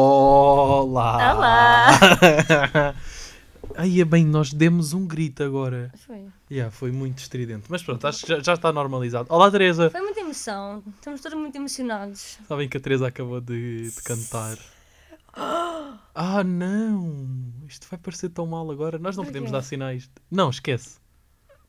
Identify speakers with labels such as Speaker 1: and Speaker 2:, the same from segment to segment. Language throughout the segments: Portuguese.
Speaker 1: Olá!
Speaker 2: Olá!
Speaker 1: Aí é bem, nós demos um grito agora.
Speaker 2: Foi.
Speaker 1: Yeah, foi muito estridente. Mas pronto, acho que já, já está normalizado. Olá, Teresa!
Speaker 2: Foi muita emoção. Estamos todos muito emocionados.
Speaker 1: Sabem que a Teresa acabou de, de cantar. Ah, não! Isto vai parecer tão mal agora. Nós não
Speaker 2: Porquê?
Speaker 1: podemos dar sinais. Não, esquece.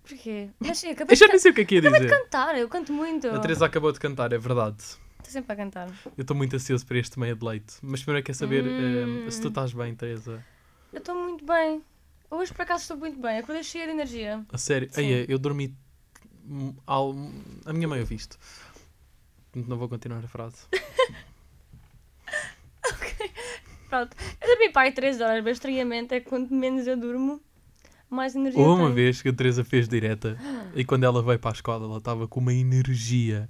Speaker 2: Porquê? Mas sim, acabei
Speaker 1: Eu
Speaker 2: de,
Speaker 1: já
Speaker 2: can-
Speaker 1: nem sei o que é que ia
Speaker 2: acabei de
Speaker 1: dizer.
Speaker 2: cantar. Eu canto muito.
Speaker 1: A
Speaker 2: Estou
Speaker 1: Teresa acabou de cantar, é verdade.
Speaker 2: sempre a cantar.
Speaker 1: Eu estou muito ansioso para este meio de leite. Mas primeiro eu quero saber
Speaker 2: Hum.
Speaker 1: eh, se tu estás bem, Teresa.
Speaker 2: Eu estou muito bem. Hoje, por acaso, estou muito bem. Acordei cheia de energia.
Speaker 1: A sério?
Speaker 2: Sim.
Speaker 1: Aí, eu dormi. hum, Al... A minha mãe ouviu isto. Não vou continuar a frase.
Speaker 2: Pronto. Eu dormi para aí 3 horas, mas estranhamente é que quanto menos eu durmo, mais energia eu
Speaker 1: Houve uma
Speaker 2: tenho.
Speaker 1: vez que a Teresa fez direta e quando ela veio para a escola ela estava com uma energia.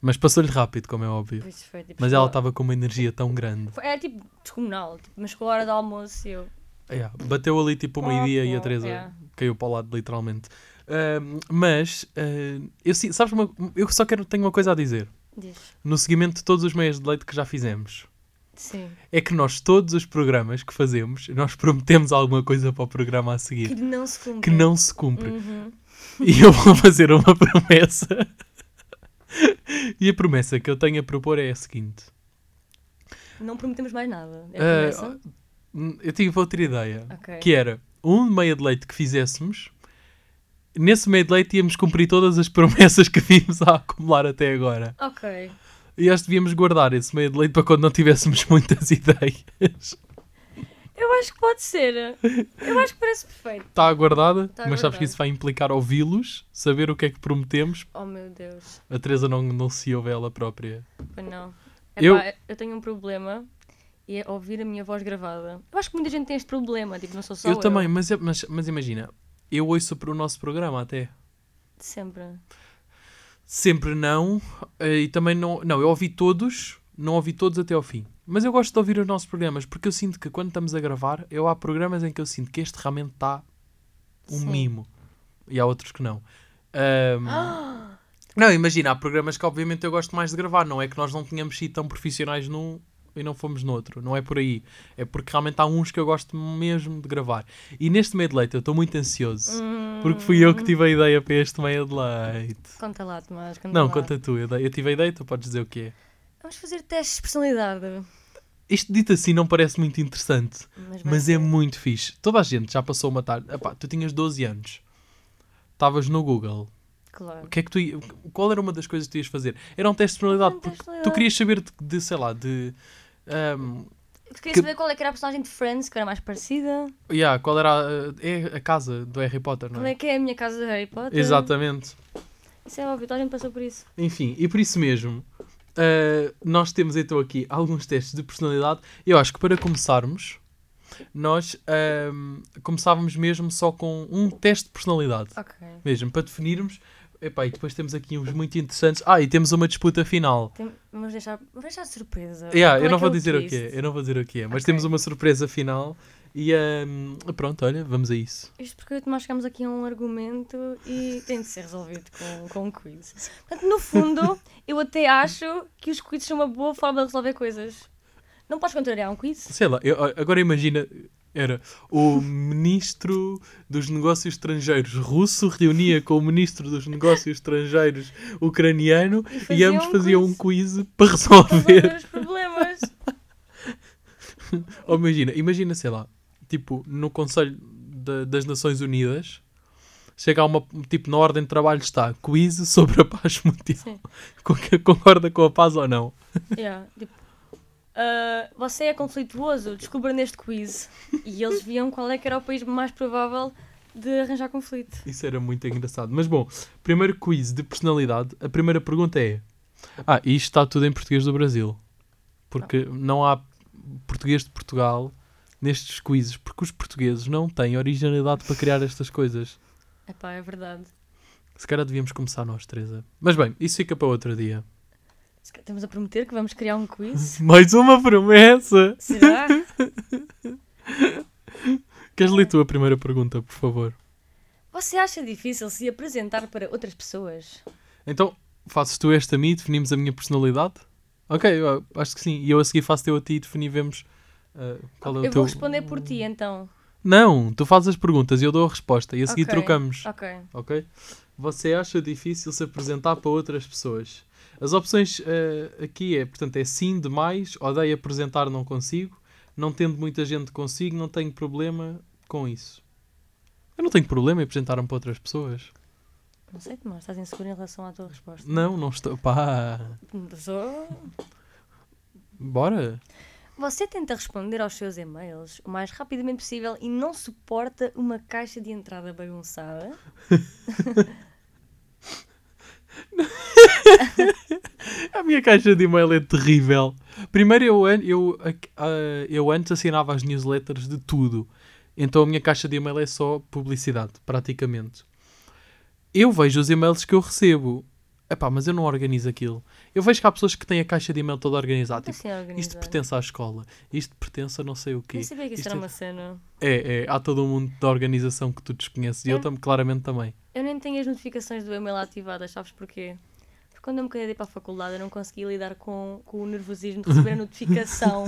Speaker 1: Mas passou-lhe rápido, como é óbvio.
Speaker 2: Por isso foi, tipo,
Speaker 1: Mas ela
Speaker 2: chegou-
Speaker 1: estava com uma energia tão grande.
Speaker 2: foi- Era tipo descomunal. Tipo, mas com a hora do almoço e eu...
Speaker 1: Yeah, bateu ali tipo
Speaker 2: Pó,
Speaker 1: meio-dia e a
Speaker 2: pó,
Speaker 1: Teresa
Speaker 2: yeah.
Speaker 1: caiu para o lado, literalmente. Ahm, mas, ah, eu, si- sabes, uma- eu só quero, tenho uma coisa a dizer.
Speaker 2: Diz.
Speaker 1: No seguimento de todos os meios de leite que já fizemos,
Speaker 2: Sim.
Speaker 1: é que nós, todos os programas que fazemos, nós prometemos alguma coisa para o programa a
Speaker 2: Que
Speaker 1: seguir
Speaker 2: não se cumpre.
Speaker 1: que não se cumpre.
Speaker 2: Uhum.
Speaker 1: E eu vou fazer uma promessa. E a promessa que eu tenho a propor é a seguinte:
Speaker 2: Não prometemos mais nada. É
Speaker 1: Ah,
Speaker 2: promessa?
Speaker 1: eu tive outra ideia
Speaker 2: Ok.
Speaker 1: que era um de meia de leite que fizéssemos. Nesse meio de leite íamos cumprir todas as promessas que vimos a acumular até agora.
Speaker 2: Ok.
Speaker 1: E acho que devíamos guardar esse meio de leite para quando não tivéssemos muitas ideias.
Speaker 2: Eu acho que pode ser. Eu acho que parece perfeito.
Speaker 1: Está aguardada,
Speaker 2: Tá
Speaker 1: mas sabes
Speaker 2: aguardada.
Speaker 1: que isso vai implicar ouvi-los, saber o que é que prometemos.
Speaker 2: Oh meu Deus.
Speaker 1: A Teresa não, não se ouve ela própria.
Speaker 2: Pois não.
Speaker 1: Eu-
Speaker 2: eu... eu tenho um problema e é ouvir a minha voz gravada. Eu acho que muita gente tem este problema, tipo, não sou só eu.
Speaker 1: eu também, mas, é- mas, mas imagina, eu ouço para o nosso programa até.
Speaker 2: Sempre.
Speaker 1: Sempre não, eh, e também não. Não, eu ouvi todos, não ouvi todos até ao fim. Mas eu gosto de ouvir os nossos programas porque eu sinto que quando estamos a gravar, eu há programas em que eu sinto que este realmente está um
Speaker 2: Sim. Ah!
Speaker 1: mimo. E há outros que não. Ahm, Ah! Não, imagina, há programas que obviamente eu gosto mais de gravar, não é que nós não tínhamos sido tão profissionais num e não fomos noutro, não é por aí. É porque realmente há uns que eu gosto mesmo de gravar. E neste meio de leite eu estou muito ansioso,
Speaker 2: Hum,
Speaker 1: porque fui eu que tive a ideia para este meio de leite.
Speaker 2: Conta lá, Tomás. Conta
Speaker 1: Não,
Speaker 2: lá.
Speaker 1: conta tu, eu, dei- eu tive a ideia, tu podes dizer o que é.
Speaker 2: Vamos fazer testes de personalidade.
Speaker 1: Isto dito assim não parece muito interessante,
Speaker 2: Mas, vai
Speaker 1: mas é
Speaker 2: ser.
Speaker 1: muito fixe. Toda a gente já passou uma tarde. Epá, tu tinhas 12 anos, estavas no Google,
Speaker 2: Claro.
Speaker 1: O que é que tu ia- Qual era uma das coisas que tu ias fazer? Era um teste de personalidade.
Speaker 2: Era um
Speaker 1: porque
Speaker 2: teste de personalidade.
Speaker 1: Tu querias saber de, de, sei lá, de. um, ahm,
Speaker 2: Eu queria
Speaker 1: que-
Speaker 2: saber qual é que era a personagem de Friends, que era mais parecida.
Speaker 1: yeah, qual era a, é a casa do Harry Potter, não
Speaker 2: Como é que é a minha casa do Harry Potter?
Speaker 1: Exatamente.
Speaker 2: Isso é óbvio, toda a gente passou por isso.
Speaker 1: Enfim, e por isso mesmo, ah, nós temos então aqui alguns testes de personalidade. Eu acho que para começarmos, nós ahm, começávamos mesmo só com um teste de personalidade.
Speaker 2: Ok.
Speaker 1: Mesmo, para definirmos. Epá, e depois temos aqui uns muito interessantes. Ah, e temos uma disputa final.
Speaker 2: Tem- Vamos deixar, vamos deixar de surpresa.
Speaker 1: Yeah,
Speaker 2: Qual
Speaker 1: eu
Speaker 2: é
Speaker 1: não
Speaker 2: que
Speaker 1: vou
Speaker 2: é
Speaker 1: dizer o que
Speaker 2: twist?
Speaker 1: é, eu não vou dizer o que é, mas
Speaker 2: Ok.
Speaker 1: temos uma surpresa final e hum, pronto, olha, vamos a isso.
Speaker 2: Isto porque nós chegamos aqui a um argumento e tem de ser resolvido com, com um quiz. Portanto, no fundo, eu até acho que os quizzes são uma boa forma de resolver coisas. Não podes contrariar um quiz?
Speaker 1: Sei lá, eu- agora imagina, era o ministro dos negócios estrangeiros russo reunia com o ministro dos negócios estrangeiros ucraniano e,
Speaker 2: fazia
Speaker 1: ambos
Speaker 2: um
Speaker 1: faziam um quiz para resolver.
Speaker 2: Resolver os problemas.
Speaker 1: Ou imagina, imagina, sei lá, tipo, no Conselho da- das Nações Unidas, chega a uma, tipo, na ordem de trabalho está quiz sobre a paz mundial.
Speaker 2: Sim.
Speaker 1: Com que- Concorda com a paz ou não?
Speaker 2: Yeah, tipo, ah, você é conflituoso, descubra neste quiz. E eles viam qual é que era o país mais provável de arranjar conflito.
Speaker 1: Isso era muito engraçado. Mas bom, primeiro quiz de personalidade, a primeira pergunta é... Ah, e isto está tudo em português do Brasil. Porque não há português de Portugal nestes quizzes, porque os portugueses não têm originalidade para criar estas coisas.
Speaker 2: Epá, é verdade.
Speaker 1: Se calhar devíamos começar nós, Teresa. Mas bem, isso fica para outro dia.
Speaker 2: Se calhar Estamos a prometer que vamos criar um quiz?
Speaker 1: Mais uma promessa!
Speaker 2: Será?
Speaker 1: Queres ler tu a primeira pergunta, por favor?
Speaker 2: Você acha difícil se apresentar para outras pessoas?
Speaker 1: Então, fazes tu esta a mim e definimos a minha personalidade? Ok, eu acho que sim. E eu a seguir faço teu a ti e definir, vemos ah, qual é o
Speaker 2: Eu
Speaker 1: teu.
Speaker 2: vou responder por ti então.
Speaker 1: Não, tu fazes as perguntas e eu dou a resposta e a seguir
Speaker 2: Ok.
Speaker 1: trocamos.
Speaker 2: Ok.
Speaker 1: Ok? Você acha difícil se apresentar para outras pessoas? As opções eh, aqui é, portanto, é sim demais, odeio apresentar, não consigo, não tendo muita gente consigo, não tenho problema com isso. Eu não tenho problema em apresentar-me para outras pessoas.
Speaker 2: Não sei, mas estás inseguro em relação à tua resposta.
Speaker 1: Não, não estou. Pá,
Speaker 2: Sou-
Speaker 1: bora.
Speaker 2: Você tenta responder aos seus e-mails o mais rapidamente possível e não suporta uma caixa de entrada bagunçada?
Speaker 1: A minha caixa de e-mail é terrível. Primeiro, eu, an- eu, ac- ah, eu antes assinava as newsletters de tudo. Então a minha caixa de e-mail é só publicidade, praticamente. Eu vejo os e-mails que eu recebo. Epá, mas eu não organizo aquilo. Eu vejo que há pessoas que têm a caixa de e-mail toda organizada. Tipo,
Speaker 2: Assim é organizado.
Speaker 1: isto pertence à escola, isto pertence a não sei o quê.
Speaker 2: Eu sabia que isto
Speaker 1: isto
Speaker 2: era
Speaker 1: é-
Speaker 2: uma cena.
Speaker 1: É, é, há todo um mundo de organização que tu desconheces. E eu
Speaker 2: É.
Speaker 1: também, claramente, também.
Speaker 2: Eu nem tenho as notificações do e-mail ativadas, sabes porquê? Porque quando eu me candidei para a faculdade eu não conseguia lidar com, com o nervosismo de receber a notificação.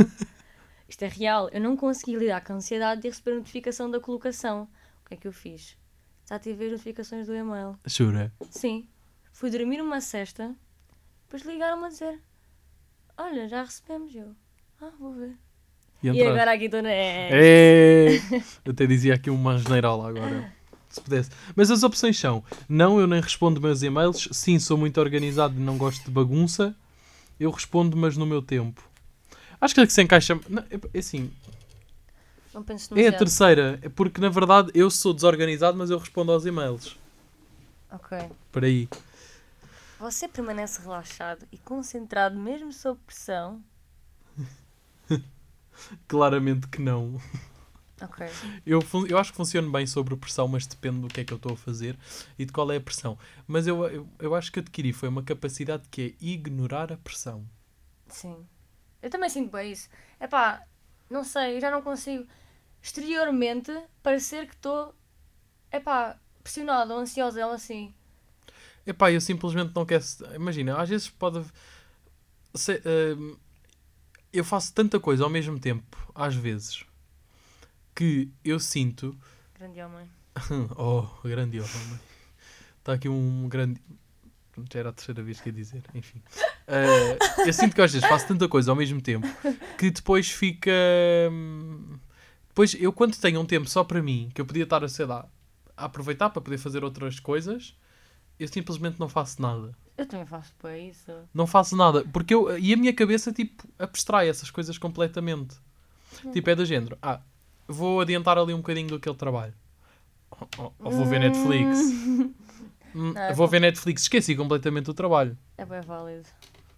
Speaker 2: Isto é real. Eu não conseguia lidar com a ansiedade de receber a notificação da colocação. O que é que eu fiz? Desativei as notificações do e-mail.
Speaker 1: Jura?
Speaker 2: Sim. Fui dormir uma cesta, depois ligaram-me a dizer: Olha, já recebemos. Eu, ah, vou ver.
Speaker 1: E,
Speaker 2: E
Speaker 1: entraste.
Speaker 2: agora aqui estou na. É.
Speaker 1: É. Eu até dizia aqui uma general agora. Se pudesse. Mas as opções são: não, eu nem respondo meus e-mails. Sim, sou muito organizado e não gosto de bagunça. Eu respondo, mas no meu tempo. Acho que é que se encaixa. não, é- é Assim,
Speaker 2: Não
Speaker 1: é
Speaker 2: penso
Speaker 1: a
Speaker 2: demasiado.
Speaker 1: terceira. É porque na verdade eu sou desorganizado, mas eu respondo aos e-mails.
Speaker 2: Ok.
Speaker 1: Por aí.
Speaker 2: Você permanece relaxado e concentrado mesmo sob pressão?
Speaker 1: Claramente que não.
Speaker 2: Ok.
Speaker 1: Eu, fun- eu acho que funciona bem sobre pressão, mas depende do que é que eu estou a fazer e de qual é a pressão. Mas eu, eu, eu acho que adquiri foi uma capacidade que é ignorar a pressão.
Speaker 2: Sim. Eu também sinto bem isso. É pá, não sei, eu já não consigo exteriormente parecer que estou. É pá, pressionada ou ansiosa, ela assim.
Speaker 1: Epá, eu simplesmente não quero. se- Imagina, às vezes pode. haver- se- hum, eu faço tanta coisa ao mesmo tempo, às vezes, que eu sinto.
Speaker 2: Grande homem.
Speaker 1: Oh, grande homem. Está aqui um grande. Já era a terceira vez que ia dizer, enfim. Ah, eu sinto que às vezes faço tanta coisa ao mesmo tempo que depois fica. hum, Depois, eu quando tenho um tempo só para mim, que eu podia estar, sei lá, a aproveitar para poder fazer outras coisas, eu simplesmente não faço nada.
Speaker 2: Eu também faço bem isso.
Speaker 1: Não faço nada. Porque eu. E a minha cabeça, tipo, abstrai essas coisas completamente. Tipo, é do género. Ah, vou adiantar ali um bocadinho do aquele trabalho. Ou, ou- ou vou ver Netflix. Hum,
Speaker 2: Não, é
Speaker 1: vou ver Netflix. Esqueci completamente o trabalho.
Speaker 2: É bem válido.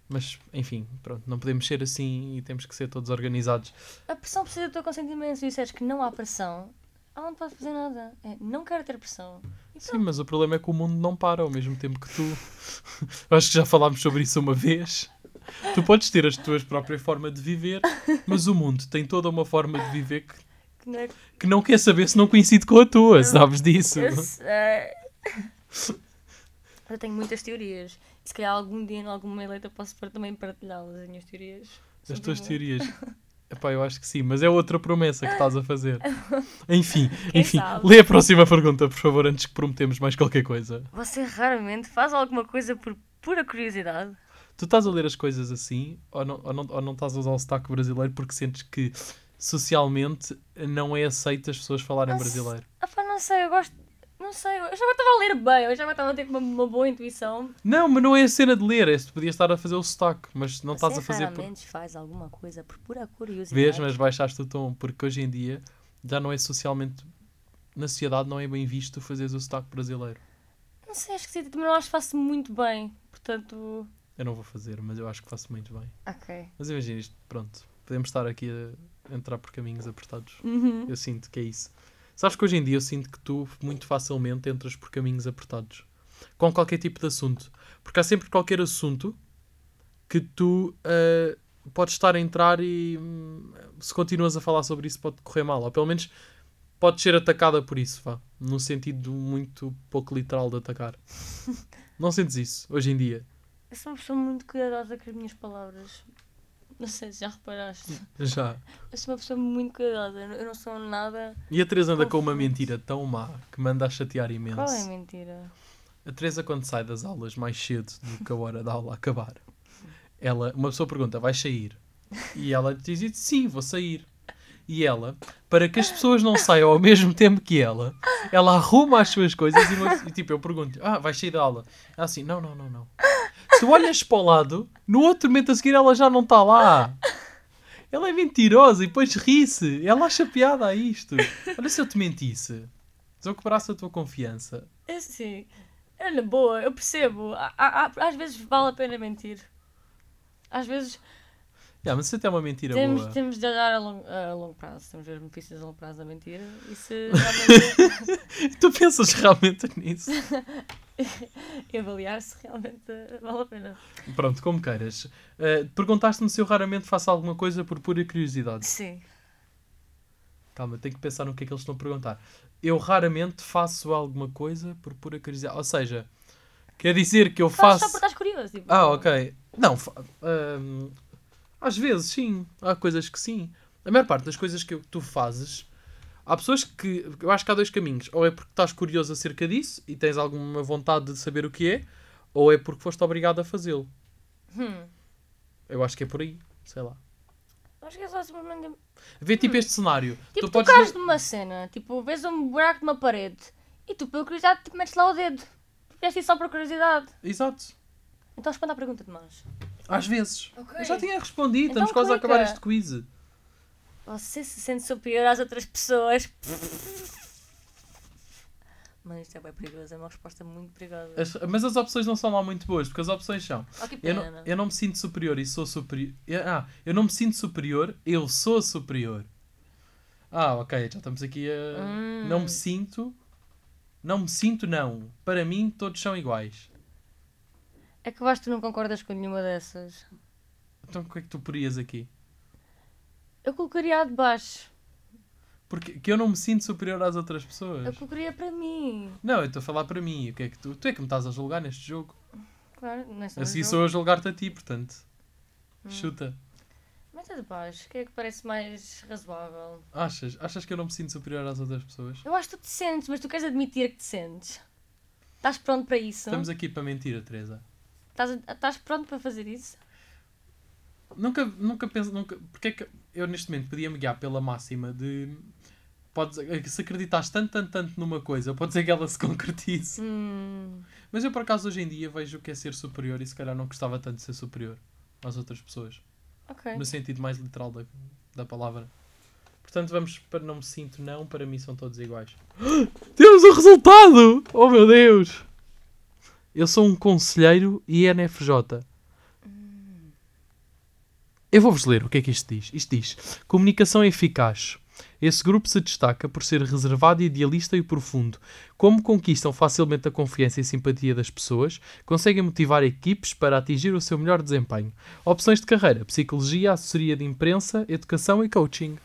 Speaker 1: Mas, enfim, pronto. Não podemos ser assim e temos que ser todos organizados.
Speaker 2: A pressão precisa do teu consentimento. Se disseres que não há pressão, ela não pode fazer nada. É, não quero ter pressão. E
Speaker 1: Sim, mas o problema é que o mundo não para ao mesmo tempo que tu. Acho que já falámos sobre isso uma vez. Tu podes ter as tuas própria forma de viver, mas o mundo tem toda uma forma de viver que
Speaker 2: pronto. Não é que
Speaker 1: que não quer saber se não coincide com a tua, sabes disso?
Speaker 2: eu sei. é. Eu tenho muitas teorias. E se calhar algum dia, em alguma eleita, posso par- também partilhá-las, as minhas teorias.
Speaker 1: As
Speaker 2: sobre o
Speaker 1: tuas
Speaker 2: mundo.
Speaker 1: teorias. Epá, eu acho que sim, mas é outra promessa que estás a fazer. Enfim,
Speaker 2: Quem
Speaker 1: enfim,
Speaker 2: sabe?
Speaker 1: lê a próxima pergunta, por favor, antes que prometemos mais qualquer coisa.
Speaker 2: Você raramente faz alguma coisa por pura curiosidade?
Speaker 1: Tu estás a ler as coisas assim ou não, ou não, ou não estás a usar o sotaque brasileiro porque sentes que socialmente não é aceito as pessoas falarem
Speaker 2: Nossa.
Speaker 1: brasileiro?
Speaker 2: Ah, pá, não sei, eu gosto. Não sei, eu já estava a ler bem, eu já estava a ter uma, uma boa intuição.
Speaker 1: Não, mas não é a cena de ler, é se tu podias estar a fazer o sotaque, mas não estás a fazer. por-
Speaker 2: é raramente faz alguma coisa por pura curiosidade.
Speaker 1: Vês, mas baixaste o tom, porque hoje em dia já não é socialmente. Na sociedade não é bem visto tu fazeres o sotaque brasileiro.
Speaker 2: Não sei, é esquisito, também não acho que faço muito bem. Portanto.
Speaker 1: Eu não vou fazer, mas eu acho que faço muito bem.
Speaker 2: Ok.
Speaker 1: Mas imagina isto, pronto. Podemos estar aqui a entrar por caminhos apertados.
Speaker 2: Uhum.
Speaker 1: Eu sinto que é isso. Sabes que hoje em dia eu sinto que tu muito facilmente entras por caminhos apertados. Com qualquer tipo de assunto. Porque há sempre qualquer assunto que tu ah, podes estar a entrar e hum, se continuas a falar sobre isso pode correr mal. Ou pelo menos podes ser atacada por isso, vá. Num sentido muito pouco literal de atacar. Não sentes isso hoje em dia?
Speaker 2: Eu sou uma pessoa muito cuidadosa com as minhas palavras. Não sei se já reparaste.
Speaker 1: Já.
Speaker 2: Eu sou uma pessoa muito cuidadosa. Eu não sou nada.
Speaker 1: E a Teresa anda com uma
Speaker 2: Confuso.
Speaker 1: mentira tão má que manda a chatear imenso.
Speaker 2: Qual é a mentira?
Speaker 1: A Teresa, quando sai das aulas mais cedo do que a hora da aula acabar, ela, uma pessoa pergunta: Vais sair? E ela diz: Sim, vou sair. E ela, para que as pessoas não saiam ao mesmo tempo que ela, ela arruma as suas coisas e, uma- e, tipo, eu pergunto: Ah, vais sair da aula? Ela assim: Não, não, não, não. Se olhas para o lado, no outro momento a seguir ela já não está lá. Ela é mentirosa e depois ri-se. Ela acha piada a isto. Olha se eu te mentisse. Se eu quebrasse a tua confiança.
Speaker 2: É assim. É na boa, eu percebo. Há- há- há- Às vezes vale a pena mentir. Às vezes
Speaker 1: Yeah, mas isso até é uma mentira
Speaker 2: temos,
Speaker 1: boa.
Speaker 2: temos de olhar a longo, a longo prazo. Temos de ver benefícios a longo prazo da mentira. E se realmente
Speaker 1: Tu pensas realmente nisso?
Speaker 2: e avaliar se realmente eh, vale a pena.
Speaker 1: Pronto, como queiras. Eh, Perguntaste-me se eu raramente faço alguma coisa por pura curiosidade.
Speaker 2: Sim.
Speaker 1: Calma, eu tenho que pensar no que é que eles estão a perguntar. Eu raramente faço alguma coisa por pura curiosidade. Ou seja, quer dizer que eu faço.
Speaker 2: Faz só porque estás curioso. tipo.
Speaker 1: Ah, ok. Não, fa- ahm, às vezes sim. Há coisas que sim. A maior parte das coisas que eu- tu fazes. Há pessoas que. Eu acho que há dois caminhos. Ou é porque estás curioso acerca disso e tens alguma vontade de saber o que é, ou é porque foste obrigado a fazê-lo.
Speaker 2: Hum.
Speaker 1: Eu acho que é por aí. Sei lá.
Speaker 2: Acho que é só simplesmente
Speaker 1: Vê tipo este cenário.
Speaker 2: Tipo,
Speaker 1: tu
Speaker 2: tu
Speaker 1: podes.
Speaker 2: cares numa cena, tipo, vês um buraco numa parede e tu, pela curiosidade, te metes lá o dedo. Fizeste isso só por curiosidade.
Speaker 1: Exato.
Speaker 2: Então responde à pergunta de mãos.
Speaker 1: Às vezes.
Speaker 2: Ok.
Speaker 1: Eu já tinha respondido.
Speaker 2: Então
Speaker 1: Estamos quase a acabar
Speaker 2: clica.
Speaker 1: este quiz.
Speaker 2: Você se sente superior às outras pessoas. Mano, isto é bem perigoso, é uma resposta muito perigosa.
Speaker 1: As- Mas as opções não são lá muito boas, porque as opções são.
Speaker 2: Oh, que
Speaker 1: Eu
Speaker 2: pena.
Speaker 1: não, eu não me sinto superior e sou superior. Ah, eu não me sinto superior, eu sou superior. Ah, ok, já estamos aqui a.
Speaker 2: Hum.
Speaker 1: Não me sinto. Não me sinto, não. Para mim, todos são iguais.
Speaker 2: É que eu acho que tu não concordas com nenhuma dessas.
Speaker 1: Então, o que é que tu porias aqui?
Speaker 2: Eu colocaria a de baixo.
Speaker 1: Porque que eu não me sinto superior às outras
Speaker 2: Eu
Speaker 1: pessoas.
Speaker 2: colocaria para mim.
Speaker 1: Não, eu estou a falar para mim. O que é que tu. Tu é que me estás a julgar neste jogo.
Speaker 2: Claro, não é só
Speaker 1: a seguir
Speaker 2: jogo.
Speaker 1: Assim sou eu a julgar-te a ti, portanto.
Speaker 2: Hum.
Speaker 1: Chuta.
Speaker 2: Mas a de baixo, o que é que parece mais razoável?
Speaker 1: Achas? Achas que eu não me sinto superior às outras pessoas?
Speaker 2: Eu acho que tu te sentes, mas tu queres admitir que te sentes. Estás pronto para isso?
Speaker 1: Estamos aqui para mentir, Teresa.
Speaker 2: Estás, estás pronto para fazer isso?
Speaker 1: Nunca, nunca penso, nunca. Porque é que eu neste momento podia-me guiar pela máxima de. Podes, se acreditas tanto, tanto, tanto numa coisa, pode ser que ela se concretize.
Speaker 2: Hum,
Speaker 1: Mas eu, por acaso, hoje em dia vejo o que é ser superior e se calhar não gostava tanto de ser superior às outras pessoas.
Speaker 2: ok.
Speaker 1: No sentido mais literal da, da palavra. Portanto, vamos para não me sinto, não, para mim são todos iguais. Temos o resultado! Oh meu Deus! Eu sou um conselheiro INFJ. Eu vou-vos ler o que é que isto diz. Isto diz: comunicação eficaz. Esse grupo se destaca por ser reservado, idealista e profundo. Como conquistam facilmente a confiança e simpatia das pessoas, conseguem motivar equipes para atingir o seu melhor desempenho. Opções de carreira: psicologia, assessoria de imprensa, educação e coaching.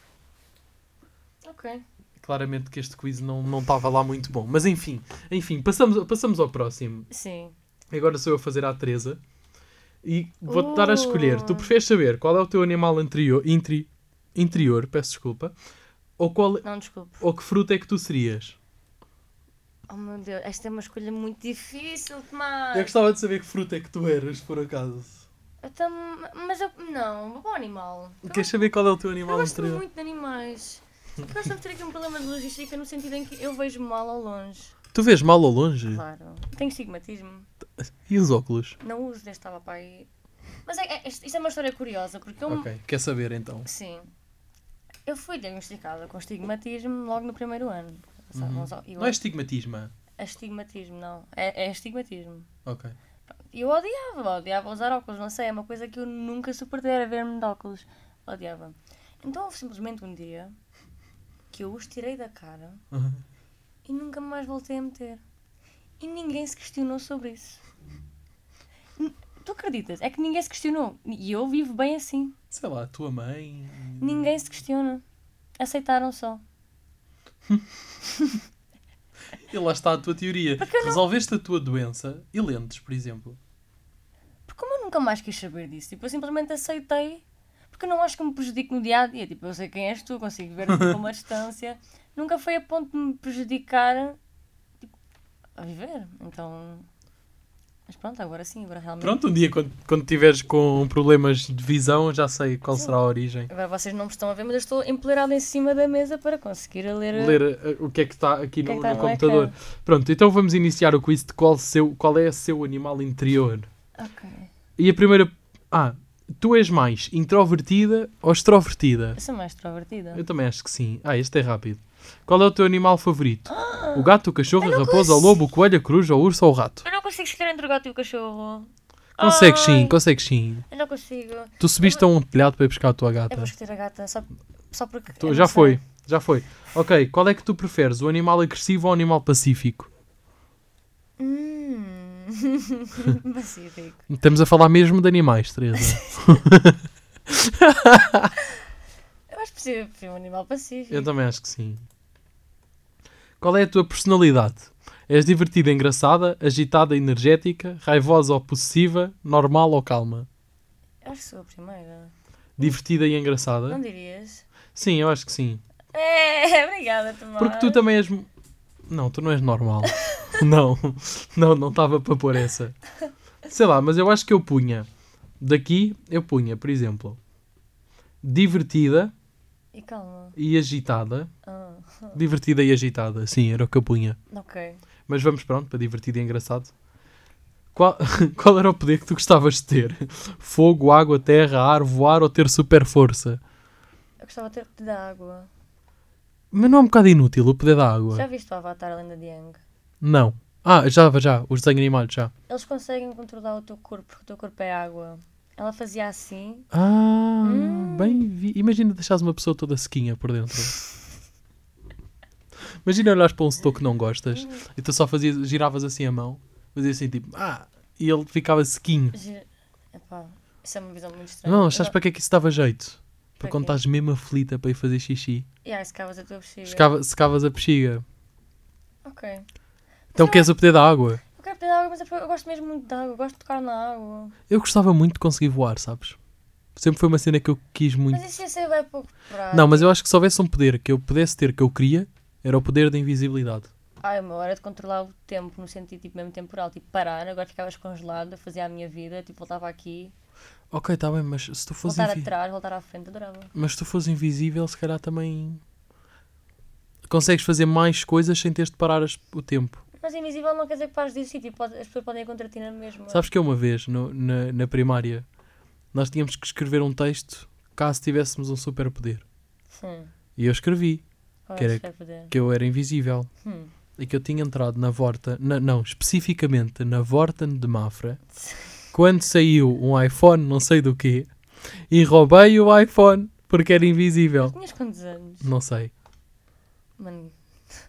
Speaker 2: Ok.
Speaker 1: Claramente que este quiz não não estava lá muito bom, mas enfim, enfim, passamos, passamos ao próximo.
Speaker 2: Sim.
Speaker 1: Agora sou eu a fazer à Teresa e vou-te dar a escolher. Tu
Speaker 2: Uh.
Speaker 1: preferes saber qual é o teu animal anterior, intri- interior, peço desculpa, ou qual
Speaker 2: Não, desculpe.
Speaker 1: ou que fruta é que tu serias?
Speaker 2: Oh meu Deus, esta é uma escolha muito difícil, Tomás.
Speaker 1: Eu gostava de saber que fruta é que tu eras, por acaso.
Speaker 2: Eu tam- Então, Mas eu. Não, vou para o animal.
Speaker 1: Queres saber qual é o teu
Speaker 2: Eu
Speaker 1: animal
Speaker 2: gosto
Speaker 1: anterior?
Speaker 2: muito de animais. Eu gosto de ter aqui um problema de logística no sentido em que eu vejo mal ao longe.
Speaker 1: Tu vês mal ou longe?
Speaker 2: Claro. Tenho estigmatismo.
Speaker 1: E os óculos?
Speaker 2: Não uso, desde que estava para aí. Mas é, é, isto isto é uma história curiosa, porque eu.
Speaker 1: Ok, quer saber então?
Speaker 2: Sim. Eu fui diagnosticada com estigmatismo logo no primeiro ano. Sabe, uns- eu-
Speaker 1: Não é estigmatisma.
Speaker 2: Astigmatismo, não. É, é astigmatismo.
Speaker 1: Ok.
Speaker 2: E eu odiava, odiava usar óculos, não sei, é uma coisa que eu nunca suportei era ver-me de óculos. Odiava. Então houve simplesmente um dia que eu os tirei da cara
Speaker 1: Uhum.
Speaker 2: e nunca mais voltei a meter. E ninguém se questionou sobre isso. N- Tu acreditas? É que ninguém se questionou. E eu vivo bem assim.
Speaker 1: Sei lá, a tua mãe.
Speaker 2: Ninguém se questiona. Aceitaram só.
Speaker 1: E lá está a tua teoria.
Speaker 2: Porque eu não-
Speaker 1: Resolveste a tua doença e lentes, por exemplo.
Speaker 2: Porque nunca mais quis saber disso. Tipo, eu simplesmente aceitei, porque eu não acho que me prejudique no dia a dia. Tipo, eu sei quem és tu, consigo ver tipo, a uma distância. Nunca foi a ponto de me prejudicar tipo, a viver. Então. Mas pronto, agora sim, agora realmente.
Speaker 1: Pronto, um dia quando, quando tiveres com problemas de visão, já sei qual será a origem.
Speaker 2: Agora vocês não me estão a ver, mas eu estou empoleirada em cima da mesa para conseguir a ler.
Speaker 1: Ler eh, o que é que está aqui
Speaker 2: que
Speaker 1: no,
Speaker 2: é que está
Speaker 1: no
Speaker 2: no
Speaker 1: computador.
Speaker 2: ecrã?
Speaker 1: Pronto, então vamos iniciar o quiz de qual, seu, qual é o seu animal interior.
Speaker 2: Ok.
Speaker 1: E a primeira. Ah, tu és mais introvertida ou extrovertida?
Speaker 2: Eu sou mais extrovertida.
Speaker 1: Eu também acho que sim. Ah, este é rápido. Qual é o teu animal favorito?
Speaker 2: Ah,
Speaker 1: O gato, o cachorro, a raposa, o lobo, o coelho, a coruja, o urso ou o rato?
Speaker 2: Eu não consigo escolher entre o gato e o cachorro.
Speaker 1: Consegues sim,
Speaker 2: Ai.
Speaker 1: consegues sim.
Speaker 2: Eu não consigo.
Speaker 1: Tu subiste a um telhado para ir buscar a tua
Speaker 2: Eu
Speaker 1: gata.
Speaker 2: vou escolher a gata só, só porque.
Speaker 1: Tá. Tu-
Speaker 2: eu
Speaker 1: já
Speaker 2: não sei.
Speaker 1: foi, já foi. Ok, qual é que tu preferes? O animal agressivo ou o animal pacífico?
Speaker 2: Hum. Pacífico.
Speaker 1: Estamos a falar mesmo de animais, Teresa.
Speaker 2: Eu acho que prefiro prefiro um animal pacífico.
Speaker 1: Eu também acho que sim. Qual é a tua personalidade? És divertida, engraçada, agitada, energética, raivosa ou possessiva, normal ou calma?
Speaker 2: Eu acho que sou a primeira.
Speaker 1: Divertida e
Speaker 2: Não
Speaker 1: engraçada?
Speaker 2: dirias?
Speaker 1: Sim, eu acho que sim.
Speaker 2: É, obrigada, Tomás.
Speaker 1: Porque tu também és. Não, tu não és normal. não, não, não estava para pôr essa. Sei lá, mas eu acho que eu punha. Daqui eu punha, por exemplo, divertida
Speaker 2: E calma.
Speaker 1: e agitada.
Speaker 2: Ah,
Speaker 1: Divertida e agitada, sim, era o que eu punha.
Speaker 2: ok.
Speaker 1: Mas vamos pronto, para divertido e engraçado. Qual, qual era o poder que tu gostavas de ter? Fogo, água, terra, ar, voar ou ter super força?
Speaker 2: Eu gostava até de dar água.
Speaker 1: Mas não é um bocado inútil o poder da água?
Speaker 2: Já viste o Avatar a Lenda de Yang?
Speaker 1: Não. Ah, já, já, os desenhos animados já.
Speaker 2: Eles conseguem controlar o teu corpo, porque o teu corpo é água. Ela fazia assim.
Speaker 1: Ah,
Speaker 2: Hum.
Speaker 1: bem vi. Imagina deixares uma pessoa toda sequinha por dentro. Imagina olhares para um setor que não gostas e tu só fazias, giravas assim a mão, fazias assim tipo, ah, e ele ficava sequinho.
Speaker 2: Gira... Epá, isso é uma visão muito estranha.
Speaker 1: Não,
Speaker 2: Eu
Speaker 1: achas
Speaker 2: não-
Speaker 1: para que é que isso dava jeito? Para
Speaker 2: Para
Speaker 1: quando
Speaker 2: quê? É.
Speaker 1: estás mesmo aflita para ir fazer xixi.
Speaker 2: Yeah, escavas a tua bexiga.
Speaker 1: Secava, secavas a bexiga.
Speaker 2: Ok.
Speaker 1: Então
Speaker 2: Mas eu
Speaker 1: queres o poder da água?
Speaker 2: Eu quero beber água, mas é porque eu gosto mesmo muito de água. Eu gosto de tocar na água.
Speaker 1: Eu gostava muito de conseguir voar, sabes? Sempre foi uma cena que eu quis muito.
Speaker 2: Mas isso ia ser bem pouco prático.
Speaker 1: Não, mas eu acho que se houvesse um poder que eu pudesse ter que eu queria, era o poder da invisibilidade.
Speaker 2: Ai, meu, era é de controlar o tempo, no sentido tipo, mesmo temporal. Tipo, parar, agora ficavas congelado, eu fazia a minha vida, tipo, voltava aqui,
Speaker 1: Ok, está bem, mas se tu fores
Speaker 2: voltar
Speaker 1: invi-
Speaker 2: atrás, voltar à frente, adorava.
Speaker 1: mas se tu fores invisível, se calhar também consegues fazer mais coisas sem teres de parar as- o tempo.
Speaker 2: Mas invisível não quer dizer que pares de existir, tipo, pode- as pessoas podem ir contra ti na mesma.
Speaker 1: Sabes que eu uma vez, no- na, na primária, nós tínhamos que escrever um texto caso tivéssemos um superpoder.
Speaker 2: Sim,
Speaker 1: E eu escrevi
Speaker 2: qual
Speaker 1: Que
Speaker 2: é
Speaker 1: era-
Speaker 2: que vai poder?
Speaker 1: que eu era invisível
Speaker 2: Hum.
Speaker 1: e que eu tinha entrado na Vorta, na- não, especificamente na Vorten de Mafra, quando saiu um iPhone, não sei do quê, e roubei o iPhone porque era invisível.
Speaker 2: Tinhas quantos anos?
Speaker 1: Não sei.
Speaker 2: Mano,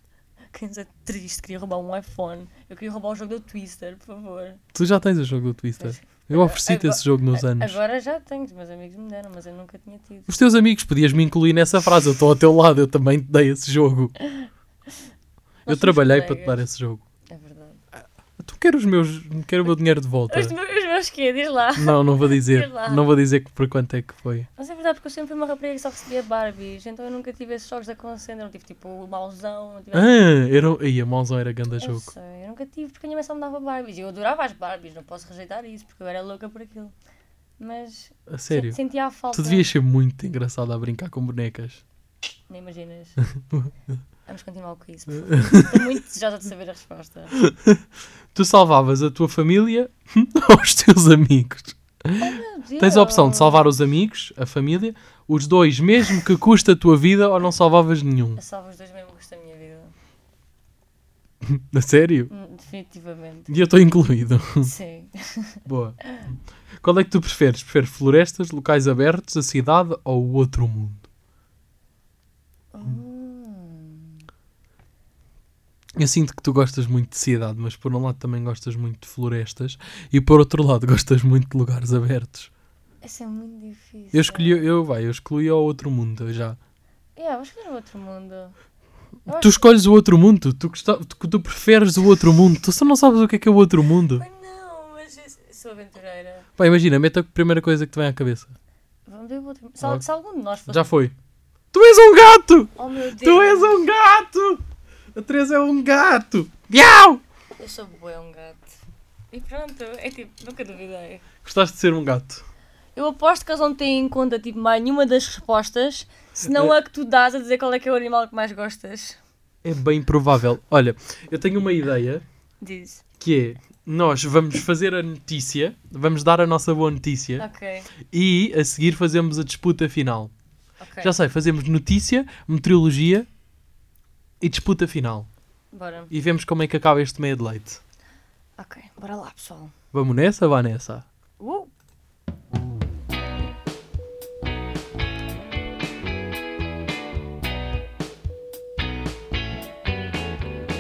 Speaker 2: criança triste, queria roubar um iPhone. Eu queria roubar o jogo do Twister, por favor.
Speaker 1: Tu já tens o jogo do Twister. Eu ofereci-te esse jogo nos anos.
Speaker 2: Agora já tenho, os meus amigos me deram, mas eu nunca tinha tido.
Speaker 1: Os teus amigos, podias me incluir nessa frase. Eu estou ao teu lado, eu também te dei esse jogo. Eu
Speaker 2: somos
Speaker 1: trabalhei para te
Speaker 2: colegas.
Speaker 1: dar esse jogo.
Speaker 2: É verdade.
Speaker 1: Tu quero os meus, quero o meu dinheiro de volta.
Speaker 2: Os meus, os meus quê? Diz lá.
Speaker 1: Não, não vou dizer.
Speaker 2: Sei lá.
Speaker 1: Não vou dizer que por quanto é que foi.
Speaker 2: Mas é verdade, porque eu sempre fui uma rapariga que só recebia Barbies, então eu nunca tive esses jogos da Consender, não tive tipo o mauzão, não tive.
Speaker 1: Ah, era... Ih, a mãozão era ganda
Speaker 2: Eu
Speaker 1: jogo.
Speaker 2: sei, eu nunca tive porque a minha mãe só me dava Barbies e eu adorava as Barbies, não posso rejeitar isso porque eu era louca por aquilo. Mas
Speaker 1: A sério.
Speaker 2: sen- sentia a falta.
Speaker 1: Tu devias ser muito engraçado a brincar com bonecas.
Speaker 2: Nem imaginas. Vamos continuar o quiz, por favor. Estou muito desejosa de saber a resposta.
Speaker 1: Tu salvavas a tua família ou os teus amigos?
Speaker 2: Meu
Speaker 1: Tens a opção de
Speaker 2: Deus.
Speaker 1: salvar os amigos, a família, os dois, mesmo que custe a tua vida, ou não salvavas nenhum.
Speaker 2: Eu salvo os dois mesmo que da minha vida.
Speaker 1: A sério?
Speaker 2: Hum, Definitivamente.
Speaker 1: E eu estou incluído.
Speaker 2: Sim.
Speaker 1: Boa. Qual é que tu preferes? Preferes florestas, locais abertos, a cidade ou o outro mundo?
Speaker 2: Hum.
Speaker 1: Eu sinto que tu gostas muito de cidade, mas por um lado também gostas muito de florestas e por outro lado gostas muito de lugares abertos.
Speaker 2: Essa é muito difícil.
Speaker 1: Eu escolhi, eu, vai, eu escolhi ao outro mundo eu já.
Speaker 2: Yeah, vou escolher o outro mundo. Eu
Speaker 1: Tu
Speaker 2: acho-
Speaker 1: escolhes o outro mundo, tu, gosta- tu, tu preferes o outro mundo, tu só não sabes o que é que é o outro mundo.
Speaker 2: Ai, não, mas eu sou aventureira.
Speaker 1: Pá, imagina, meta a primeira coisa que te vem à cabeça.
Speaker 2: Vamos ver o outro. Se, al-
Speaker 1: Ok.
Speaker 2: se algum de nós fosse.
Speaker 1: Já foi. Tu és um gato!
Speaker 2: Oh meu Deus!
Speaker 1: Tu és um gato! A Teresa é um gato! Miau!
Speaker 2: Eu sou bué um gato. E pronto, é tipo, nunca duvidei.
Speaker 1: Gostaste de ser um gato?
Speaker 2: Eu aposto que eles não têm em conta tipo, mais nenhuma das respostas, senão a que tu dás a dizer qual é que é o animal que mais gostas.
Speaker 1: É bem provável. Olha, eu tenho uma ideia
Speaker 2: Diz.
Speaker 1: que é nós vamos fazer a notícia, vamos dar a nossa boa notícia
Speaker 2: Ok,
Speaker 1: e a seguir fazemos a disputa final.
Speaker 2: Tá. ok.
Speaker 1: Já sei, fazemos notícia, meteorologia e disputa final.
Speaker 2: Bora.
Speaker 1: E vemos como é que acaba este meio de leite.
Speaker 2: Ok, bora lá, pessoal.
Speaker 1: Vamos nessa, vá nessa.
Speaker 2: Uh!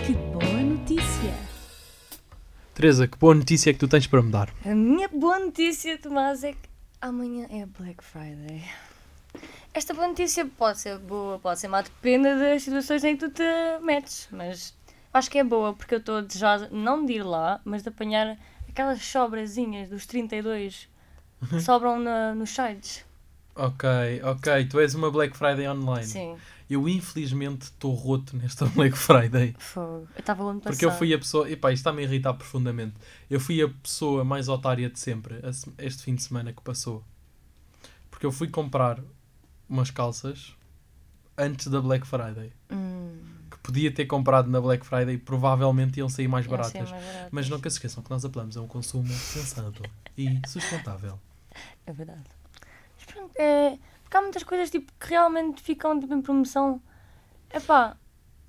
Speaker 3: Que boa notícia!
Speaker 1: Teresa, que boa notícia é que tu tens para me dar?
Speaker 2: A minha boa notícia, Tomás, é que amanhã é Black Friday. Esta boa notícia pode ser boa, pode ser má, depende das situações em que tu te metes, mas acho que é boa porque eu estou desejosa, não de ir lá, mas de apanhar aquelas sobrazinhas dos 32 que sobram na- nos sites.
Speaker 1: Ok, ok, tu és uma Black Friday online.
Speaker 2: Sim,
Speaker 1: Eu infelizmente estou roto nesta Black Friday.
Speaker 2: fogo. Eu estava onde
Speaker 1: Porque eu fui a pessoa. Epá, isto está-me a irritar profundamente. Eu fui a pessoa mais otária de sempre a se- este fim de semana que passou. Porque eu fui comprar umas calças antes da Black Friday.
Speaker 2: Hum,
Speaker 1: Que podia ter comprado na Black Friday e provavelmente iam sair mais
Speaker 2: iam ser
Speaker 1: baratas.
Speaker 2: mais baratas.
Speaker 1: Mas nunca se esqueçam que nós apelamos a um consumo sensato e sustentável.
Speaker 2: É verdade. Mas pronto, é. Porque há muitas coisas tipo, que realmente ficam tipo, em promoção. É pá.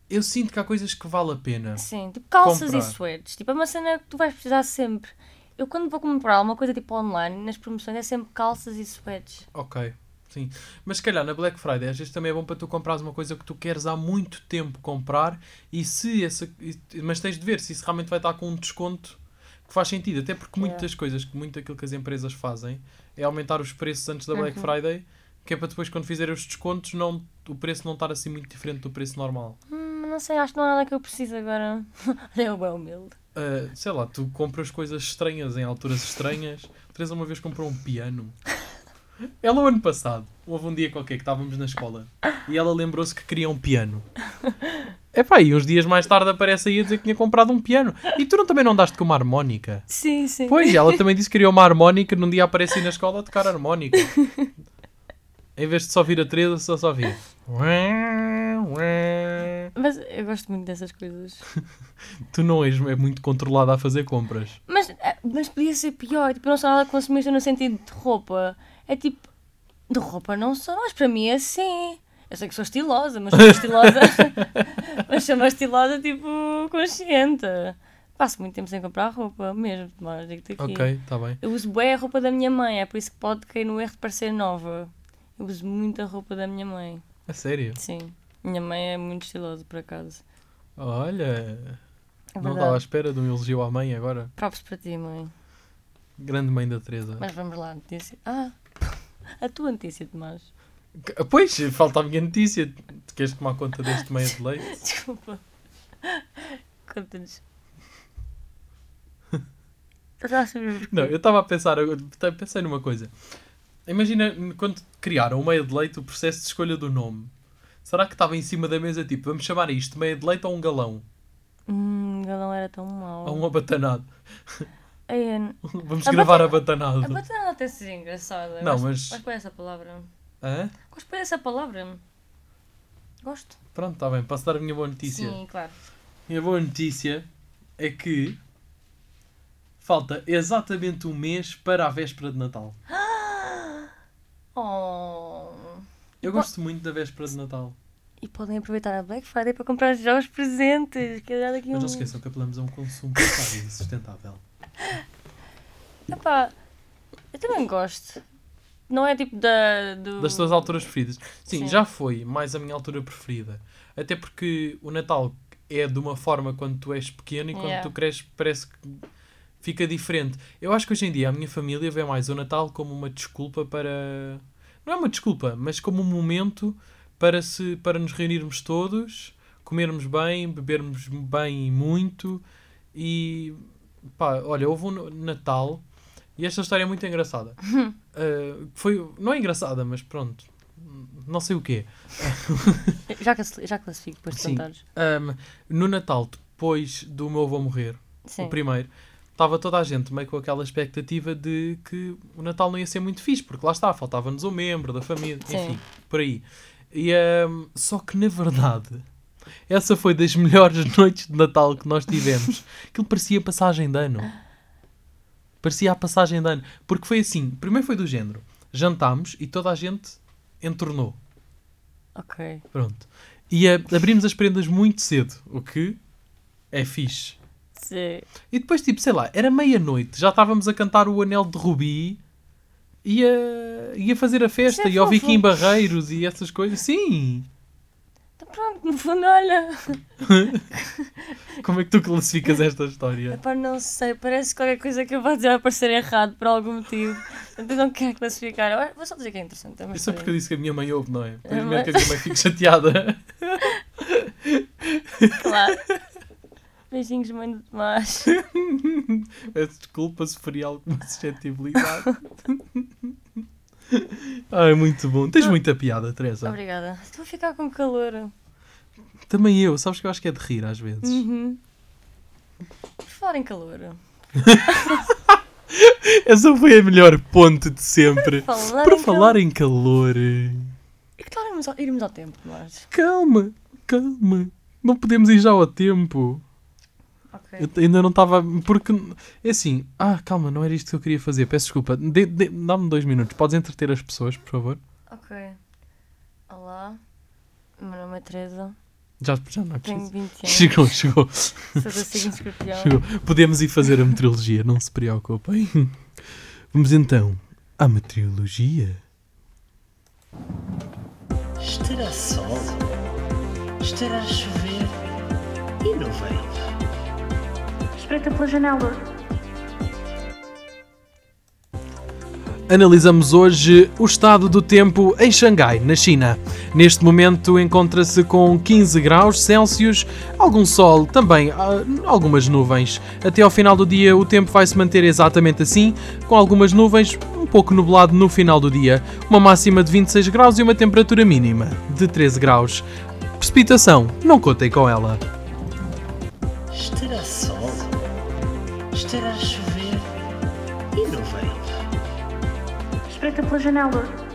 Speaker 1: Eu sinto que há coisas que vale a pena.
Speaker 2: Sim, tipo calças
Speaker 1: É. Comprar.
Speaker 2: e suedes. Tipo, é uma cena que tu vais precisar sempre. Eu quando vou comprar uma coisa tipo online, nas promoções é sempre calças e suedes.
Speaker 1: Ok, sim. Mas se calhar na Black Friday às vezes também é bom para tu comprares uma coisa que tu queres há muito tempo comprar e se essa. e- Mas tens de ver se isso realmente vai estar com um desconto que faz sentido. Até porque
Speaker 2: Yeah.
Speaker 1: muitas coisas, muito daquilo que as empresas fazem é aumentar os preços antes da Black
Speaker 2: Uhum.
Speaker 1: Friday, que é para depois quando fizerem os descontos não, o preço não estar assim muito diferente do preço normal.
Speaker 2: Hum, não sei, acho que não há nada que eu preciso agora. é o bem humilde.
Speaker 1: Ah, sei lá, tu compras coisas estranhas em alturas estranhas. A Teresa uma vez comprou um piano. Ela, o ano passado, houve um dia qualquer que estávamos na escola e ela lembrou-se que queria um piano. Epá, e uns dias mais tarde aparece aí a dizer que tinha comprado um piano. E tu não, também não daste com uma harmónica?
Speaker 2: Sim, sim.
Speaker 1: Pois, ela também disse que queria uma harmónica. Num dia aparece aí na escola a tocar harmónica. Em vez de só vir a Teresa, só só vir.
Speaker 2: Mas eu gosto muito dessas coisas.
Speaker 1: Tu não és é muito controlada a fazer compras.
Speaker 2: Mas, eh, mas podia ser pior. Tipo, eu não sou nada consumista no sentido de roupa. É tipo, de roupa não sou nós. Para mim é assim. Eu sei que sou estilosa, mas sou uma estilosa. mas sou uma estilosa, tipo, consciente. Passo muito tempo sem comprar roupa, mesmo, mas digo-te aqui.
Speaker 1: Ok, está bem.
Speaker 2: Eu uso bem a roupa da minha mãe, é por isso que pode cair no erro de parecer nova. Eu uso muito a roupa da minha mãe.
Speaker 1: A sério?
Speaker 2: Sim. Minha mãe é muito estilosa, por acaso.
Speaker 1: Olha,
Speaker 2: É
Speaker 1: não estava à
Speaker 2: verdade.
Speaker 1: espera de um elogio à mãe agora.
Speaker 2: Props para ti, mãe.
Speaker 1: Grande mãe da Teresa.
Speaker 2: Mas vamos lá, notícia. Ah, a tua notícia, Tomás.
Speaker 1: Que- Pois, falta a minha notícia. Tu queres tomar conta deste meio de leite?
Speaker 2: Desculpa. Conta-nos. Eu já sabia porquê.
Speaker 1: Não, eu estava a pensar, eu te- pensei numa coisa. Imagina quando criaram o meio de leite, o processo de escolha do nome. Será que estava em cima da mesa tipo, vamos chamar isto meio de leite ou um galão?
Speaker 2: Hum, ele não era tão mau. É,
Speaker 1: Ou um abatanado?
Speaker 2: Ai, eu-
Speaker 1: Vamos
Speaker 2: Abata-
Speaker 1: gravar abatanado.
Speaker 2: A batalha até seria assim engraçada.
Speaker 1: Não,
Speaker 2: Gosto-
Speaker 1: mas-
Speaker 2: Gosto para essa palavra.
Speaker 1: Hã?
Speaker 2: Gosto para essa palavra. Gosto.
Speaker 1: Pronto, está bem, posso dar a minha boa notícia.
Speaker 2: Sim, claro.
Speaker 1: E a boa notícia é que falta exatamente um mês para a véspera de Natal.
Speaker 2: Oh.
Speaker 1: Eu gosto muito da véspera de Natal.
Speaker 2: E podem aproveitar a Black Friday para comprar já os presentes. Que é daqui a
Speaker 1: Mas
Speaker 2: um...
Speaker 1: não se esqueçam que apelamos a um consumo saudável e sustentável.
Speaker 2: Epá, eu também gosto. Não é tipo da. Do...
Speaker 1: Das tuas alturas preferidas. Sim,
Speaker 2: Sim.
Speaker 1: já foi mais a minha altura preferida. Até porque o Natal é de uma forma quando tu és pequeno e quando
Speaker 2: Yeah.
Speaker 1: tu cresces parece que fica diferente. Eu acho que hoje em dia a minha família vê mais o Natal como uma desculpa para. Não é uma desculpa, mas como um momento para, se, para nos reunirmos todos, comermos bem, bebermos bem e muito. E pá, olha, houve um Natal E esta história é muito engraçada. Ah, foi, não é engraçada, mas pronto. Não sei o quê.
Speaker 2: Já, classi- já classifico depois de
Speaker 1: Sim.
Speaker 2: contares.
Speaker 1: Ahm, no Natal, depois do meu avô morrer,
Speaker 2: Sim.
Speaker 1: o primeiro, estava toda a gente meio com aquela expectativa de que o Natal não ia ser muito fixe, porque lá está, faltava-nos um membro da família,
Speaker 2: Sim.
Speaker 1: enfim, por aí. E, ahm, só que na verdade, essa foi das melhores noites de Natal que nós tivemos. Aquilo parecia passagem de ano. Parecia a passagem de ano. Porque foi assim, primeiro foi do género, jantámos e toda a gente entornou.
Speaker 2: Ok.
Speaker 1: Pronto. E eh, abrimos as prendas muito cedo, o que é fixe.
Speaker 2: Sim.
Speaker 1: E depois, tipo, sei lá, era meia-noite, já estávamos a cantar o Anel de Rubi e a, e a fazer a festa
Speaker 2: Isso é
Speaker 1: e ao
Speaker 2: fofo.
Speaker 1: Viking Barreiros e essas coisas. Sim!
Speaker 2: Então pronto, no fundo, olha.
Speaker 1: Como é que tu classificas esta história?
Speaker 2: Epá, não sei, parece que qualquer coisa que eu vou dizer vai parecer errado por algum motivo. Então não quero classificar. Olha, Vou só dizer que é interessante. é uma
Speaker 1: Isso é
Speaker 2: história.
Speaker 1: porque eu disse que a minha mãe ouve, não é? Por
Speaker 2: Ah,
Speaker 1: isso mesmo que a
Speaker 2: mas-
Speaker 1: minha mãe fica chateada.
Speaker 2: Claro. Beijinhos, mãe do Tomás.
Speaker 1: Peço desculpa se feri alguma suscetibilidade. Ai, muito bom. Tens muita piada, Teresa.
Speaker 2: Obrigada. Estou a ficar com calor.
Speaker 1: Também eu, sabes que eu acho que é de rir às vezes.
Speaker 2: Uhum. Por falar em calor.
Speaker 1: Essa foi a melhor ponte de sempre.
Speaker 2: Falar
Speaker 1: Por
Speaker 2: em
Speaker 1: falar
Speaker 2: calor.
Speaker 1: em calor.
Speaker 2: E que tal irmos ao, irmos ao tempo, Tomás?
Speaker 1: Calma, calma. Não podemos ir já ao tempo.
Speaker 2: Ok.
Speaker 1: Eu ainda não estava. Porque. É assim. Ah, calma, não era isto que eu queria fazer. Peço desculpa. Dê- dê- Dá-me dois minutos. Podes entreter as pessoas, por favor?
Speaker 2: Ok. Olá. Meu nome é Teresa.
Speaker 1: Já, já não é
Speaker 2: Tenho
Speaker 1: preciso.
Speaker 2: 20 anos.
Speaker 1: Chegou, chegou,
Speaker 2: Sou do signo escorpião.
Speaker 1: chegou. Podemos ir fazer a meteorologia, não se preocupem. Vamos então à meteorologia.
Speaker 4: Estará sol? Estará a chover? E não veio?
Speaker 5: Espreita pela janela.
Speaker 1: Analisamos hoje o estado do tempo em Xangai, na China. Neste momento encontra-se com 15 graus Celsius, algum sol, também ah, algumas nuvens. Até ao final do dia o tempo vai se manter exatamente assim, com algumas nuvens, um pouco nublado no final do dia. Uma máxima de 26 graus e uma temperatura mínima de 13 graus. Precipitação, não contem com ela.
Speaker 4: Estará sol? Estará a chover? E não veio?
Speaker 5: Espreita pela janela.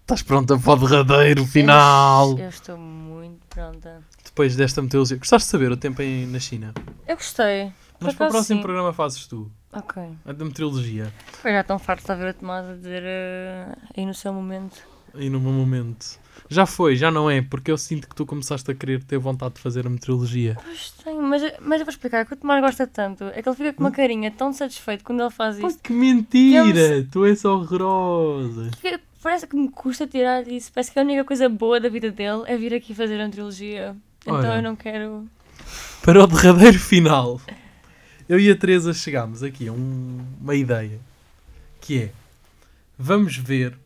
Speaker 1: Estás pronta para o derradeiro final?
Speaker 2: Eu estou muito pronta.
Speaker 1: Depois desta meteorologia, gostaste de saber o tempo em- na China?
Speaker 2: Eu gostei. Por
Speaker 1: Mas para o
Speaker 2: acaso,
Speaker 1: próximo
Speaker 2: sim.
Speaker 1: programa fazes tu.
Speaker 2: Ok.
Speaker 1: A da meteorologia.
Speaker 2: Eu já estão farto de ver o Tomás a dizer eh, aí no seu momento.
Speaker 1: Aí no meu momento. Já foi, já não é, porque eu sinto que tu começaste a querer ter vontade de fazer a meteorologia.
Speaker 2: Pois tem, mas, mas eu vou explicar que o Tomás gosta tanto. É que ele fica com
Speaker 1: Hum?
Speaker 2: uma carinha tão satisfeito quando ele faz
Speaker 1: Pá,
Speaker 2: isto.
Speaker 1: que mentira! Tu és horrorosa!
Speaker 2: Fica- Parece que me custa tirar isso. Parece que a única coisa boa da vida dele é vir aqui fazer uma trilogia. Então
Speaker 1: Ora.
Speaker 2: eu não quero.
Speaker 1: Para o derradeiro final, eu e a Teresa chegámos aqui a um- uma ideia que é: vamos ver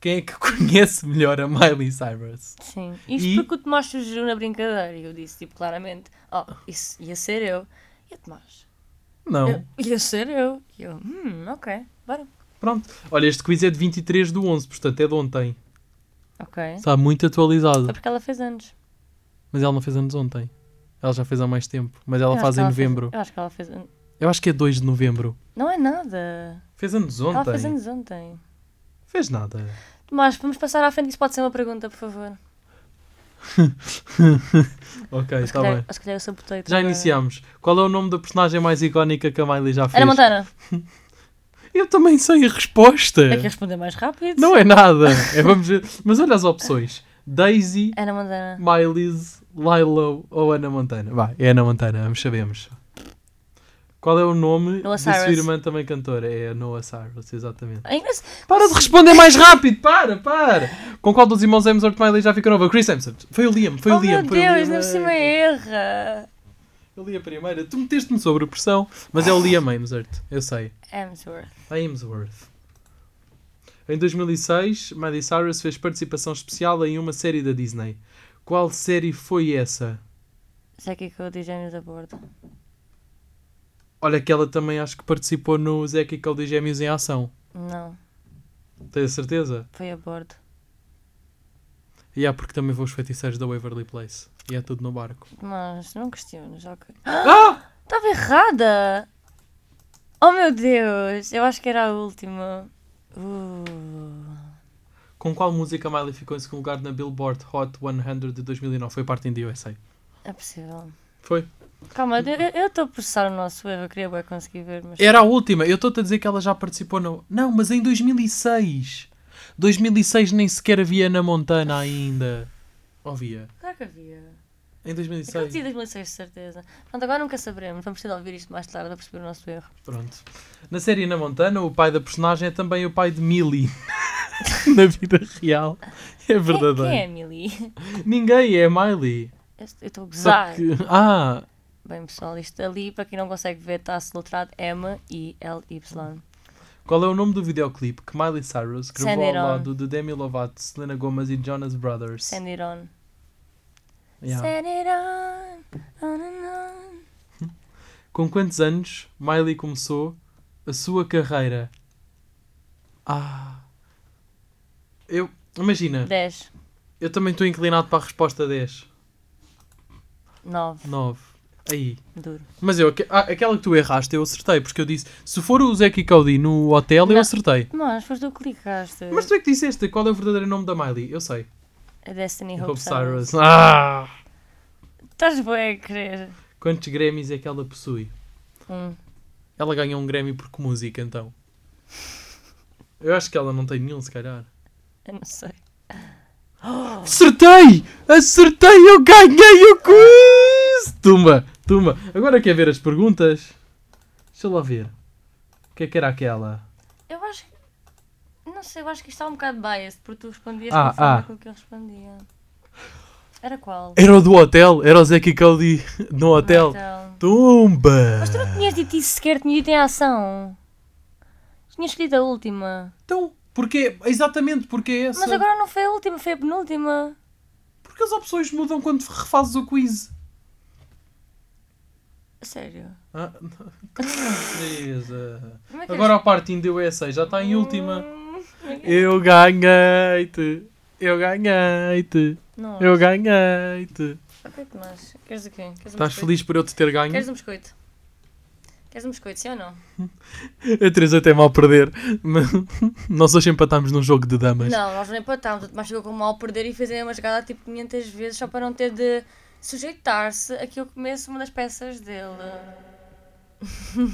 Speaker 1: quem é que conhece melhor a Miley Cyrus.
Speaker 2: Sim. Isto
Speaker 1: E-
Speaker 2: porque o Tomás sugeriu na brincadeira. E eu disse, tipo, claramente: Oh, isso ia ser eu. E o Tomás?
Speaker 1: Não.
Speaker 2: "Eu- Ia ser eu. E eu, hum, ok, bora.
Speaker 1: Pronto. Olha, este quiz é de 23 do 11, portanto é de ontem.
Speaker 2: Ok.
Speaker 1: Está muito
Speaker 2: Foi
Speaker 1: atualizado.
Speaker 2: porque ela fez anos.
Speaker 1: Mas ela não fez anos ontem. Ela já fez há mais tempo. Mas ela
Speaker 2: Eu acho
Speaker 1: faz
Speaker 2: que
Speaker 1: em
Speaker 2: ela
Speaker 1: novembro.
Speaker 2: Fez, eu acho que ela fez anos.
Speaker 1: Eu acho que é 2 de novembro.
Speaker 2: Não é nada.
Speaker 1: Fez anos
Speaker 2: Ela
Speaker 1: ontem.
Speaker 2: fez anos ontem.
Speaker 1: Fez nada.
Speaker 2: Tomás, vamos passar à frente, isso pode ser uma pergunta, por favor.
Speaker 1: Ok,
Speaker 2: Ou se,
Speaker 1: está
Speaker 2: calhar, Ah.
Speaker 1: bem.
Speaker 2: ou se calhar eu sabotei.
Speaker 1: Já iniciamos. Qual é o nome da personagem mais icónica que a Miley já fez?
Speaker 2: Ana Montana,
Speaker 1: Eu também sei a resposta.
Speaker 2: é que responder mais rápido.
Speaker 1: Não é nada. É, vamos ver. Mas olha as opções. Daisy,
Speaker 2: Ana Montana.
Speaker 1: Miley's, Lilo ou Ana Montana. Vá, é Ana Montana, vamos sabemos. Qual é o nome
Speaker 2: Noah
Speaker 1: da sua
Speaker 2: Cyrus.
Speaker 1: irmã também cantora? É a Noah Cyrus, exatamente.
Speaker 2: É engraçado.
Speaker 1: Para de responder mais rápido, para, para. Com qual dos irmãos Hemsworth Miley já ficou nova? Chris Hemsworth. Foi o Liam, foi
Speaker 2: oh
Speaker 1: o Liam.
Speaker 2: meu
Speaker 1: foi o Liam.
Speaker 2: Deus, não
Speaker 1: Ai,
Speaker 2: cima é erra.
Speaker 1: Eu li a primeira. Tu meteste-me sobre pressão, mas é o Liam Hemsworth, eu sei.
Speaker 2: Hemsworth.
Speaker 1: A Hemsworth. Em 2006, Miley Cyrus fez participação especial em uma série da Disney. Qual série foi essa?
Speaker 2: Sei que é que eu digo gênios a bordo.
Speaker 1: Olha, que ela também acho que participou no Zeca e Caldi Gêmeos em Ação.
Speaker 2: Não,
Speaker 1: Tens a certeza?
Speaker 2: foi a bordo.
Speaker 1: E yeah, porque também vou os feiticeiros da Waverly Place. E é tudo no barco.
Speaker 2: Mas não questiones, ok.
Speaker 1: Ah!
Speaker 2: Estava errada! Oh meu Deus, eu acho que era a última. Uh,
Speaker 1: Com qual música Miley ficou em segundo lugar na Billboard Hot 100 de 2009? Foi parte de USA.
Speaker 2: é possível.
Speaker 1: Foi.
Speaker 2: Calma, eu- eu estou a processar o nosso erro, eu queria bem conseguir ver, mas.
Speaker 1: Era a última. Eu estou-te a dizer que ela já participou no... Não, mas em 2006. 2006 nem sequer havia na Montana ainda. Ouvia.
Speaker 2: Claro que havia.
Speaker 1: Em
Speaker 2: Aquilo
Speaker 1: 2006.
Speaker 2: tinha 2006, de certeza. Pronto, agora nunca saberemos, vamos ter de ouvir isto mais tarde para perceber o nosso erro.
Speaker 1: Pronto. Na série Na Montana, o pai da personagem é também o pai de Millie. Na vida real. É
Speaker 2: Quem-
Speaker 1: verdadeiro.
Speaker 2: Quem é a Emily?
Speaker 1: Ninguém é Miley.
Speaker 2: Eu estou
Speaker 1: Só
Speaker 2: a gozar.
Speaker 1: que... Ah,
Speaker 2: Bem pessoal, isto ali, para quem não consegue ver, está-se letrado M-I-L-Y.
Speaker 1: qual é o nome do videoclipe que Miley Cyrus gravou
Speaker 2: Send
Speaker 1: ao
Speaker 2: It On.
Speaker 1: lado de Demi Lovato, Selena Gomez e Jonas Brothers?
Speaker 2: Send it on.
Speaker 1: Yeah.
Speaker 2: Send it on, on and on.
Speaker 1: Com quantos anos Miley começou a sua carreira? Ah. Eu. Imagina,
Speaker 2: 10,
Speaker 1: eu também estou inclinado para a resposta 10.
Speaker 2: 9,
Speaker 1: 9. Aí.
Speaker 2: duro.
Speaker 1: Mas eu, aque- ah, aquela que tu erraste, eu acertei, porque eu disse: se for o Zack e Cody no hotel, eu
Speaker 2: Não.
Speaker 1: acertei.
Speaker 2: Mas foste tu que clicaste.
Speaker 1: Mas tu é que disseste qual é o verdadeiro nome da Miley? Eu sei.
Speaker 2: A Destiny
Speaker 1: Hope
Speaker 2: Hope
Speaker 1: Cyrus.
Speaker 2: Cyrus.
Speaker 1: Ah!
Speaker 2: Estás bem a querer.
Speaker 1: Quantos Grammys é que ela possui?
Speaker 2: Um.
Speaker 1: Ela ganhou um Grammy por que música, então? Eu acho que ela não tem nenhum, se calhar.
Speaker 2: Eu não sei.
Speaker 1: Acertei! Acertei! Eu ganhei o quiz! Tumba! Tumba! Agora quer ver as perguntas? Deixa lá ver. O que é que era aquela?
Speaker 2: Eu acho que. Não sei, eu acho que isto está um bocado biased, porque tu respondias
Speaker 1: Ah,
Speaker 2: conforme
Speaker 1: ah.
Speaker 2: aquilo que eu respondia. Era qual?
Speaker 1: Era o do hotel? Era o Zack e Cody no hotel?
Speaker 2: Então.
Speaker 1: Tumba!
Speaker 2: Mas tu não tinhas dito isso sequer, tinha dito em ação. Tinhas escolhido a última.
Speaker 1: Então, porquê? Exatamente, porque é essa?
Speaker 2: Mas agora não foi a última, foi a penúltima.
Speaker 1: Porque as opções mudam quando refazes o quiz.
Speaker 2: A Sério.
Speaker 1: Ah, beleza.
Speaker 2: Como é que
Speaker 1: Agora a parte de USA já está em última.
Speaker 2: Hum, como é que é?
Speaker 1: Eu ganhei-te. Eu ganhei-te.
Speaker 2: Não,
Speaker 1: Eu ganhei-te.
Speaker 2: o que é que mais? Queres o quê? Queres um
Speaker 1: Estás
Speaker 2: biscoito?
Speaker 1: feliz por eu te ter ganho?
Speaker 2: Queres um biscoito? Queres um biscoito, sim ou não?
Speaker 1: A Teresa até mal perder. Mas Nós hoje empatámos num jogo de damas.
Speaker 2: Não, nós não empatámos. O Tomás chegou com mal perder e fez aí uma jogada tipo 500 vezes só para não ter de sujeitar-se a que eu começo uma das peças dele.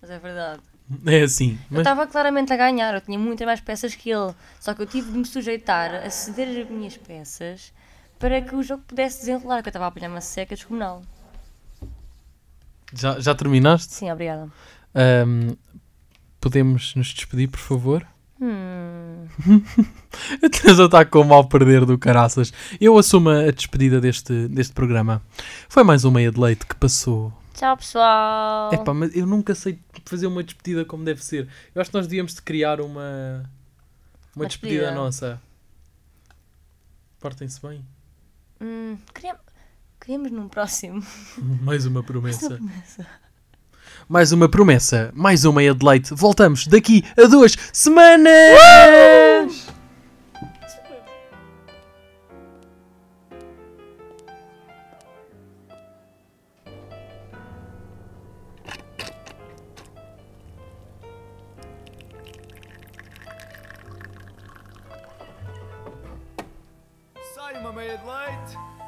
Speaker 2: Mas é verdade.
Speaker 1: É assim.
Speaker 2: Eu
Speaker 1: Mas
Speaker 2: estava claramente a ganhar, eu tinha muitas mais peças que ele. Só que eu tive de me sujeitar a ceder as minhas peças para que o jogo pudesse desenrolar, que eu estava a apanhar uma seca descomunal.
Speaker 1: já, já terminaste?
Speaker 2: Sim, obrigada.
Speaker 1: Ahm, podemos nos despedir, por favor?
Speaker 2: Hum.
Speaker 1: A Teresa está com o mal perder do caraças. Eu assumo a despedida deste, deste programa. Foi mais uma meia de leite que passou.
Speaker 2: Tchau, pessoal.
Speaker 1: Epá, É mas eu nunca sei fazer uma despedida como deve ser. Eu acho que nós devíamos de criar uma, uma
Speaker 2: Uma
Speaker 1: despedida
Speaker 2: despedida.
Speaker 1: nossa. Portem-se bem.
Speaker 2: Hum, queria- Queríamos num próximo.
Speaker 1: Mais uma promessa. Mais uma promessa. Mais uma meia de leite. Voltamos daqui a duas
Speaker 2: Uh!
Speaker 1: semanas!
Speaker 6: Sai uma meia de leite.